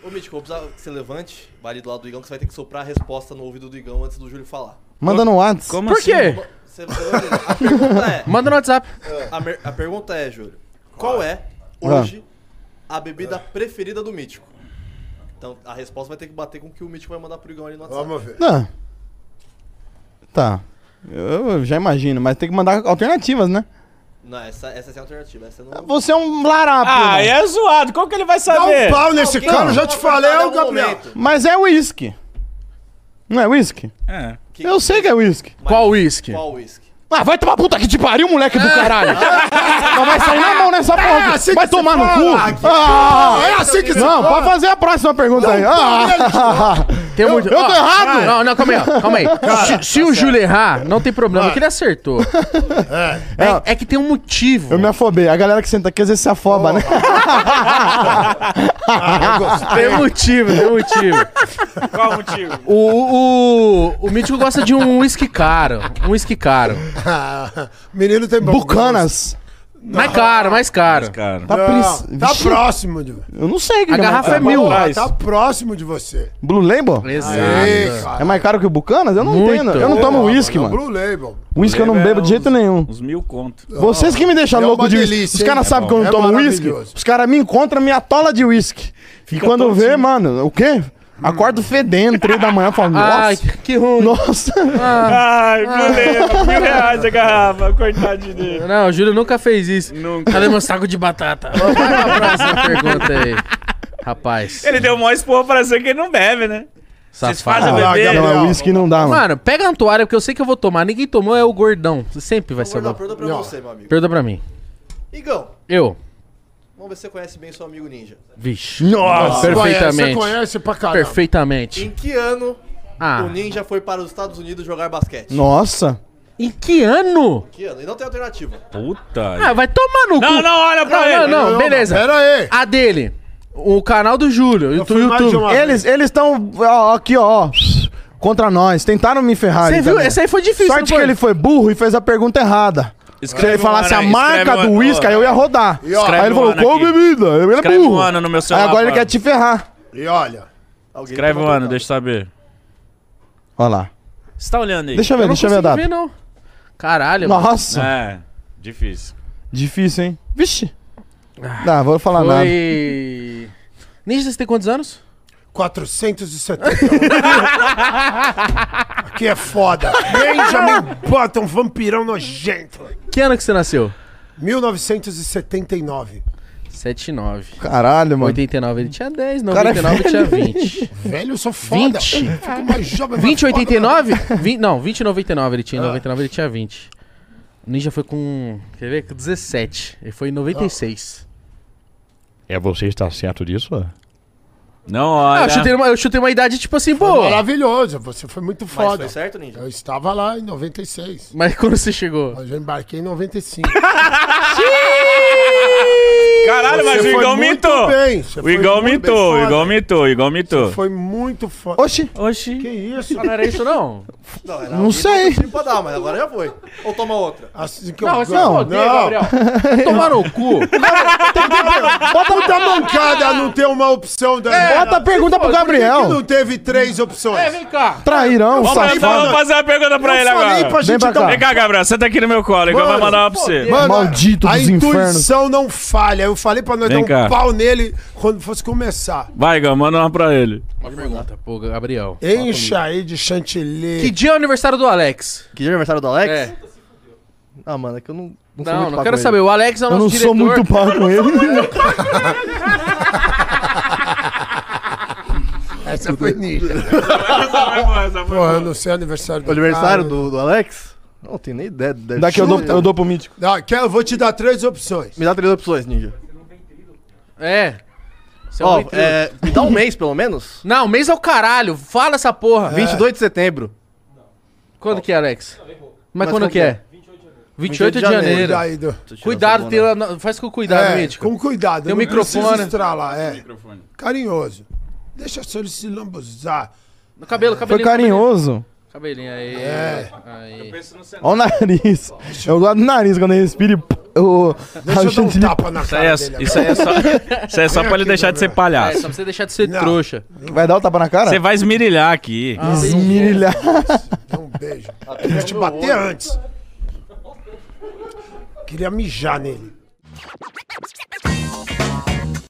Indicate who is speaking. Speaker 1: prometi que eu vou precisar que você levante, vai ali do lado do Igão, que você vai ter que soprar a resposta no ouvido do Igão antes do Júlio falar.
Speaker 2: Manda no antes.
Speaker 3: Como
Speaker 4: Por
Speaker 3: assim?
Speaker 4: quê?
Speaker 1: Você, você vai entender. a pergunta é,
Speaker 4: Manda no WhatsApp.
Speaker 1: a, mer- a pergunta é, Júlio, qual é, hoje,
Speaker 2: Ah.
Speaker 1: a bebida preferida do Mítico? Então, a resposta vai ter que bater com o que o Mítico vai mandar pro Igão ali no WhatsApp.
Speaker 5: Vamos ver.
Speaker 2: Não. Ah. Tá. Eu já imagino, mas tem que mandar alternativas, né?
Speaker 1: Não, essa, essa é a alternativa, essa não...
Speaker 2: Você é um larápio.
Speaker 3: Ah,
Speaker 2: irmão.
Speaker 3: é zoado. Como que ele vai
Speaker 5: Dá um
Speaker 2: É.
Speaker 3: saber?
Speaker 5: pau nesse
Speaker 1: Alguém
Speaker 5: cara, eu já
Speaker 1: vai
Speaker 5: te
Speaker 1: cortar
Speaker 5: falei, é
Speaker 1: em
Speaker 5: o
Speaker 1: algum
Speaker 5: Gabriel.
Speaker 1: momento.
Speaker 2: Mas é uísque. Não é uísque?
Speaker 3: É.
Speaker 1: Que-
Speaker 2: Eu sei que é uísque.
Speaker 1: mas-
Speaker 4: Qual uísque?
Speaker 1: Qual uísque?
Speaker 2: Ah, vai tomar puta que te pariu, moleque do caralho. Não vai sair na mão nessa porra.
Speaker 5: assim
Speaker 2: vai
Speaker 5: que se
Speaker 2: tomar no
Speaker 5: fala,
Speaker 2: cu. Ah,
Speaker 5: É assim que se um
Speaker 2: não, pode fazer a próxima pergunta aí. Ah,
Speaker 4: Tem
Speaker 2: eu,
Speaker 4: muito-
Speaker 2: eu tô
Speaker 4: Ó,
Speaker 2: errado. tá
Speaker 4: Não, não, calma aí, ó, calma aí. se se o Júlio errar, não tem problema, porque ele acertou. É, é que tem um motivo.
Speaker 2: Eu me afobei. A galera que senta aqui às vezes se afoba, né?
Speaker 4: Tem um motivo, tem um motivo.
Speaker 3: Qual o motivo?
Speaker 4: O, o, o Mítico gosta de um uísque caro. Um uísque caro.
Speaker 5: Ah, Menino tem bom gosto.
Speaker 2: Bucanas.
Speaker 4: Mais caro, mais caro.
Speaker 3: Cara.
Speaker 2: Tá,
Speaker 5: Não,
Speaker 2: pris-
Speaker 5: tá
Speaker 2: Vixe,
Speaker 5: próximo de
Speaker 2: Eu não sei. que
Speaker 4: A
Speaker 2: que
Speaker 4: garrafa
Speaker 2: mais
Speaker 4: é mil.
Speaker 2: caro.
Speaker 5: Ah, Tá próximo de você.
Speaker 2: Blue Label?
Speaker 4: Exato.
Speaker 5: Ei, cara.
Speaker 2: É mais caro que o Bucanas? Eu não
Speaker 4: Muito.
Speaker 2: entendo. Eu não tomo uísque,
Speaker 5: Não,
Speaker 2: mano.
Speaker 5: é um Blue Label.
Speaker 2: Uísque eu não
Speaker 3: Leva
Speaker 2: bebo de jeito
Speaker 3: uns-
Speaker 2: nenhum.
Speaker 3: Uns mil conto.
Speaker 2: Vocês que me deixam
Speaker 5: É
Speaker 2: louco
Speaker 5: uma
Speaker 2: de
Speaker 5: delícia,
Speaker 2: uísque. Os
Speaker 5: hein?
Speaker 2: caras
Speaker 5: É
Speaker 2: sabem que eu não
Speaker 5: bom. É
Speaker 2: tomo uísque.
Speaker 5: maravilhoso.
Speaker 2: Os caras me encontram, me atola de uísque. E quando vê, mano, o quê? Acordo fedendo, três da manhã, falo,
Speaker 4: Ai,
Speaker 2: nossa.
Speaker 4: que que ruim.
Speaker 2: Nossa. Ah.
Speaker 3: Ai,
Speaker 4: Ah.
Speaker 3: beleza. Mil reais a garrafa. Coitadinho dele.
Speaker 4: Não, o Júlio nunca fez isso.
Speaker 3: Nunca.
Speaker 4: Cadê meu saco de batata? Vai pra próxima pergunta aí. Rapaz,
Speaker 3: Ele deu maior esporra pra ser que ele não bebe, né? Vocês fazem
Speaker 4: safado.
Speaker 3: beber?
Speaker 5: Gabriel.
Speaker 2: Não, é
Speaker 5: Não,
Speaker 2: uísque não dá, mano.
Speaker 4: Mano, pega a Antuária, porque eu sei que eu vou tomar. Ninguém tomou, é o gordão. Sempre vai
Speaker 1: Vou
Speaker 4: ser
Speaker 2: é
Speaker 4: o
Speaker 1: guardar a pergunta
Speaker 4: gordão.
Speaker 1: pra
Speaker 5: Não.
Speaker 1: você, meu amigo.
Speaker 4: Perda pra mim.
Speaker 1: Igão,
Speaker 4: Eu.
Speaker 1: vamos ver se você conhece bem seu amigo ninja.
Speaker 2: Ah.
Speaker 4: Vixe.
Speaker 2: Nossa.
Speaker 4: Perfeitamente.
Speaker 5: Você conhece pra caramba.
Speaker 4: Perfeitamente.
Speaker 1: Em que ano
Speaker 4: Ah.
Speaker 1: o ninja foi para os Estados Unidos jogar basquete?
Speaker 2: Nossa.
Speaker 4: Em que ano?
Speaker 1: Que ano? E não tem alternativa.
Speaker 3: Puta.
Speaker 4: Ah, vai tomar no
Speaker 3: Não,
Speaker 4: cu. Ah,
Speaker 3: não, olha pra ele.
Speaker 4: não, não,
Speaker 5: Não,
Speaker 4: beleza.
Speaker 5: Pera aí.
Speaker 4: A dele. O canal do Júlio. e do
Speaker 5: fui mais de
Speaker 4: YouTube.
Speaker 5: uma-
Speaker 2: Eles estão aqui, ó, contra nós. Tentaram me ferrar.
Speaker 4: Você viu?
Speaker 2: entendeu?
Speaker 4: Essa aí foi difícil. não
Speaker 2: Sorte que
Speaker 4: foi?
Speaker 2: ele foi burro e fez a pergunta errada. Se
Speaker 3: um
Speaker 2: ele falasse
Speaker 3: é
Speaker 2: a marca do uísque, aí eu ia rodar.
Speaker 5: ó,
Speaker 2: Aí ele
Speaker 3: escreve um
Speaker 2: falou,
Speaker 3: ano
Speaker 2: qual
Speaker 3: aqui.
Speaker 2: bebida? Ele é
Speaker 3: Escreve um
Speaker 2: burro.
Speaker 3: ano no meu
Speaker 2: Aí
Speaker 3: celular.
Speaker 2: agora ele
Speaker 3: Fábio.
Speaker 2: quer te ferrar.
Speaker 5: E olha.
Speaker 1: Alguém
Speaker 3: Escreve
Speaker 1: tem
Speaker 3: um
Speaker 1: uma
Speaker 3: ano,
Speaker 1: alternativa.
Speaker 3: deixa eu saber.
Speaker 2: Olha lá.
Speaker 3: Você tá olhando aí?
Speaker 2: Deixa eu ver,
Speaker 4: Eu não
Speaker 2: deixa eu ver a
Speaker 4: consegui
Speaker 2: data.
Speaker 4: ver, não. Caralho. mano.
Speaker 2: Nossa,
Speaker 3: É, difícil.
Speaker 2: difícil, hein? Vixe. Não, vou falar nada.
Speaker 4: Foi... Ninja, você tem quantos anos?
Speaker 5: 471. Aqui é foda. Benjamin Button, vampirão nojento.
Speaker 4: Que ano que você nasceu?
Speaker 5: 1979.
Speaker 4: 79.
Speaker 2: Caralho, mano.
Speaker 4: 89 ele tinha 10,
Speaker 2: Cara,
Speaker 4: 99 ele tinha 20.
Speaker 5: Velho, eu sou foda.
Speaker 4: 20?
Speaker 5: Eu Fico mais jovem. mais
Speaker 4: 20,
Speaker 5: foda,
Speaker 4: 89? 20, não, 20 e 99 ele tinha, em 99 ele tinha 20. O Ninja foi com, quer ver, com 17. Ele foi em 96.
Speaker 6: É você está certo disso?
Speaker 3: Não
Speaker 4: Ah,
Speaker 3: olha.
Speaker 4: eu chutei, uma, eu chutei uma idade tipo assim,
Speaker 5: Foi
Speaker 4: pô.
Speaker 5: Maravilhoso, você foi muito
Speaker 1: Mas
Speaker 5: foda.
Speaker 1: foi certo, ninja?
Speaker 5: Eu estava lá em 96.
Speaker 4: Mas quando você chegou?
Speaker 5: Mas eu embarquei em 95.
Speaker 3: Caralho, mas o
Speaker 5: Você foi
Speaker 3: Igão
Speaker 5: muito
Speaker 3: mitou.
Speaker 5: bem, você
Speaker 3: O
Speaker 5: foi muito
Speaker 3: Igão
Speaker 5: bem
Speaker 3: mitou, o
Speaker 5: foda.
Speaker 3: Igão mitou, o Igão mitou.
Speaker 5: Foi muito foda.
Speaker 2: Oxi,
Speaker 3: Oxi.
Speaker 5: Que isso? né?
Speaker 4: Não era isso, não?
Speaker 1: Não, era
Speaker 2: Não
Speaker 1: alguém
Speaker 2: sei.
Speaker 1: que tinha pra dar, mas agora já foi. Ou toma outra.
Speaker 5: Assim que
Speaker 4: Não,
Speaker 5: eu...
Speaker 4: você é foder, Gabriel. Tomar no cu.
Speaker 5: Bota muita mancada não ter uma opção da
Speaker 2: bota a pergunta pro
Speaker 5: É, Por que que
Speaker 2: Gabriel.
Speaker 5: não teve três opções?
Speaker 4: É, vem cá.
Speaker 2: Trairão,
Speaker 3: Vamos fazer-
Speaker 2: safado.
Speaker 3: vamos fazer uma pergunta pra ele
Speaker 5: um eu falei
Speaker 3: agora.
Speaker 5: pra gente
Speaker 2: pra
Speaker 5: dar
Speaker 2: cá.
Speaker 3: Vem cá, Gabriel, senta aqui no meu colo, Igão vai
Speaker 5: Mano,
Speaker 3: mandar uma pra você.
Speaker 5: Mano,
Speaker 2: Maldito
Speaker 5: a
Speaker 2: dos
Speaker 5: intuição não falha. Eu falei pra nós dar
Speaker 3: Vem
Speaker 5: um
Speaker 3: cá.
Speaker 5: pau nele quando fosse começar.
Speaker 3: Vai, Igão, manda uma pra ele.
Speaker 4: Uma pergunta, pô, Gabriel.
Speaker 5: Encha aí de
Speaker 4: Que
Speaker 5: chantilly.
Speaker 4: dia é o aniversário do Alex?
Speaker 1: Que dia é aniversário do Alex?
Speaker 4: É.
Speaker 1: Ah, mano, é que eu não. sou
Speaker 4: Não,
Speaker 1: muito
Speaker 4: não
Speaker 1: pá
Speaker 4: quero
Speaker 1: com ele.
Speaker 4: saber. O Alex é
Speaker 2: Eu
Speaker 4: o nosso
Speaker 2: não
Speaker 4: diretor.
Speaker 2: sou muito pau com ele.
Speaker 5: Essa foi ninja. Porra, eu não sei o aniversário do
Speaker 1: O aniversário
Speaker 5: cara.
Speaker 1: do, do Alex? Não tenho nem ideia. Deve
Speaker 2: Daqui eu dou,
Speaker 1: ser-
Speaker 2: eu dou pro mítico.
Speaker 5: Não, quer- eu vou te dar três opções.
Speaker 1: Me dá três opções, ninja.
Speaker 4: É. Você é um
Speaker 1: Ó,
Speaker 4: ventrilo.
Speaker 1: é, me dá um mês pelo menos?
Speaker 4: Não, mês é o caralho. Fala essa porra.
Speaker 1: 22 de setembro.
Speaker 4: Quando que é, Alex? Mas,
Speaker 1: Mas
Speaker 4: quando
Speaker 1: quando
Speaker 4: que é? 28 de janeiro.
Speaker 5: Cuidado. aí, do-
Speaker 4: Cuidado, tem lá na- faz com cuidado,
Speaker 5: É,
Speaker 4: Mítico.
Speaker 5: com cuidado.
Speaker 4: Tem um
Speaker 5: não
Speaker 4: microfone.
Speaker 5: precisa estralar, é. Carinhoso. Deixa só ele se lambuzar.
Speaker 4: No cabelo,
Speaker 2: Foi
Speaker 4: cabelo.
Speaker 2: carinhoso.
Speaker 4: Cabelinho aí.
Speaker 5: É.
Speaker 4: Aí.
Speaker 3: Pensa no cenário.
Speaker 2: Olha o nariz. Eu gosto do nariz quando ele respira e. pô, Eu,
Speaker 5: Deixa eu dar um
Speaker 2: chantilly-
Speaker 5: tapa na
Speaker 3: Isso aí é,
Speaker 5: cara dele.
Speaker 3: isso aí é só, isso aí é só pra ele deixar de ser
Speaker 4: É, só
Speaker 3: palhaço.
Speaker 4: pra você deixar de ser
Speaker 5: Não.
Speaker 4: trouxa.
Speaker 2: Vai dar o tapa na cara?
Speaker 3: Você vai esmirilhar aqui.
Speaker 2: Esmirilhar.
Speaker 5: Dá um beijo.
Speaker 1: Até
Speaker 5: Queria te
Speaker 1: meu
Speaker 5: bater
Speaker 1: olho.
Speaker 5: antes. Queria mijar nele.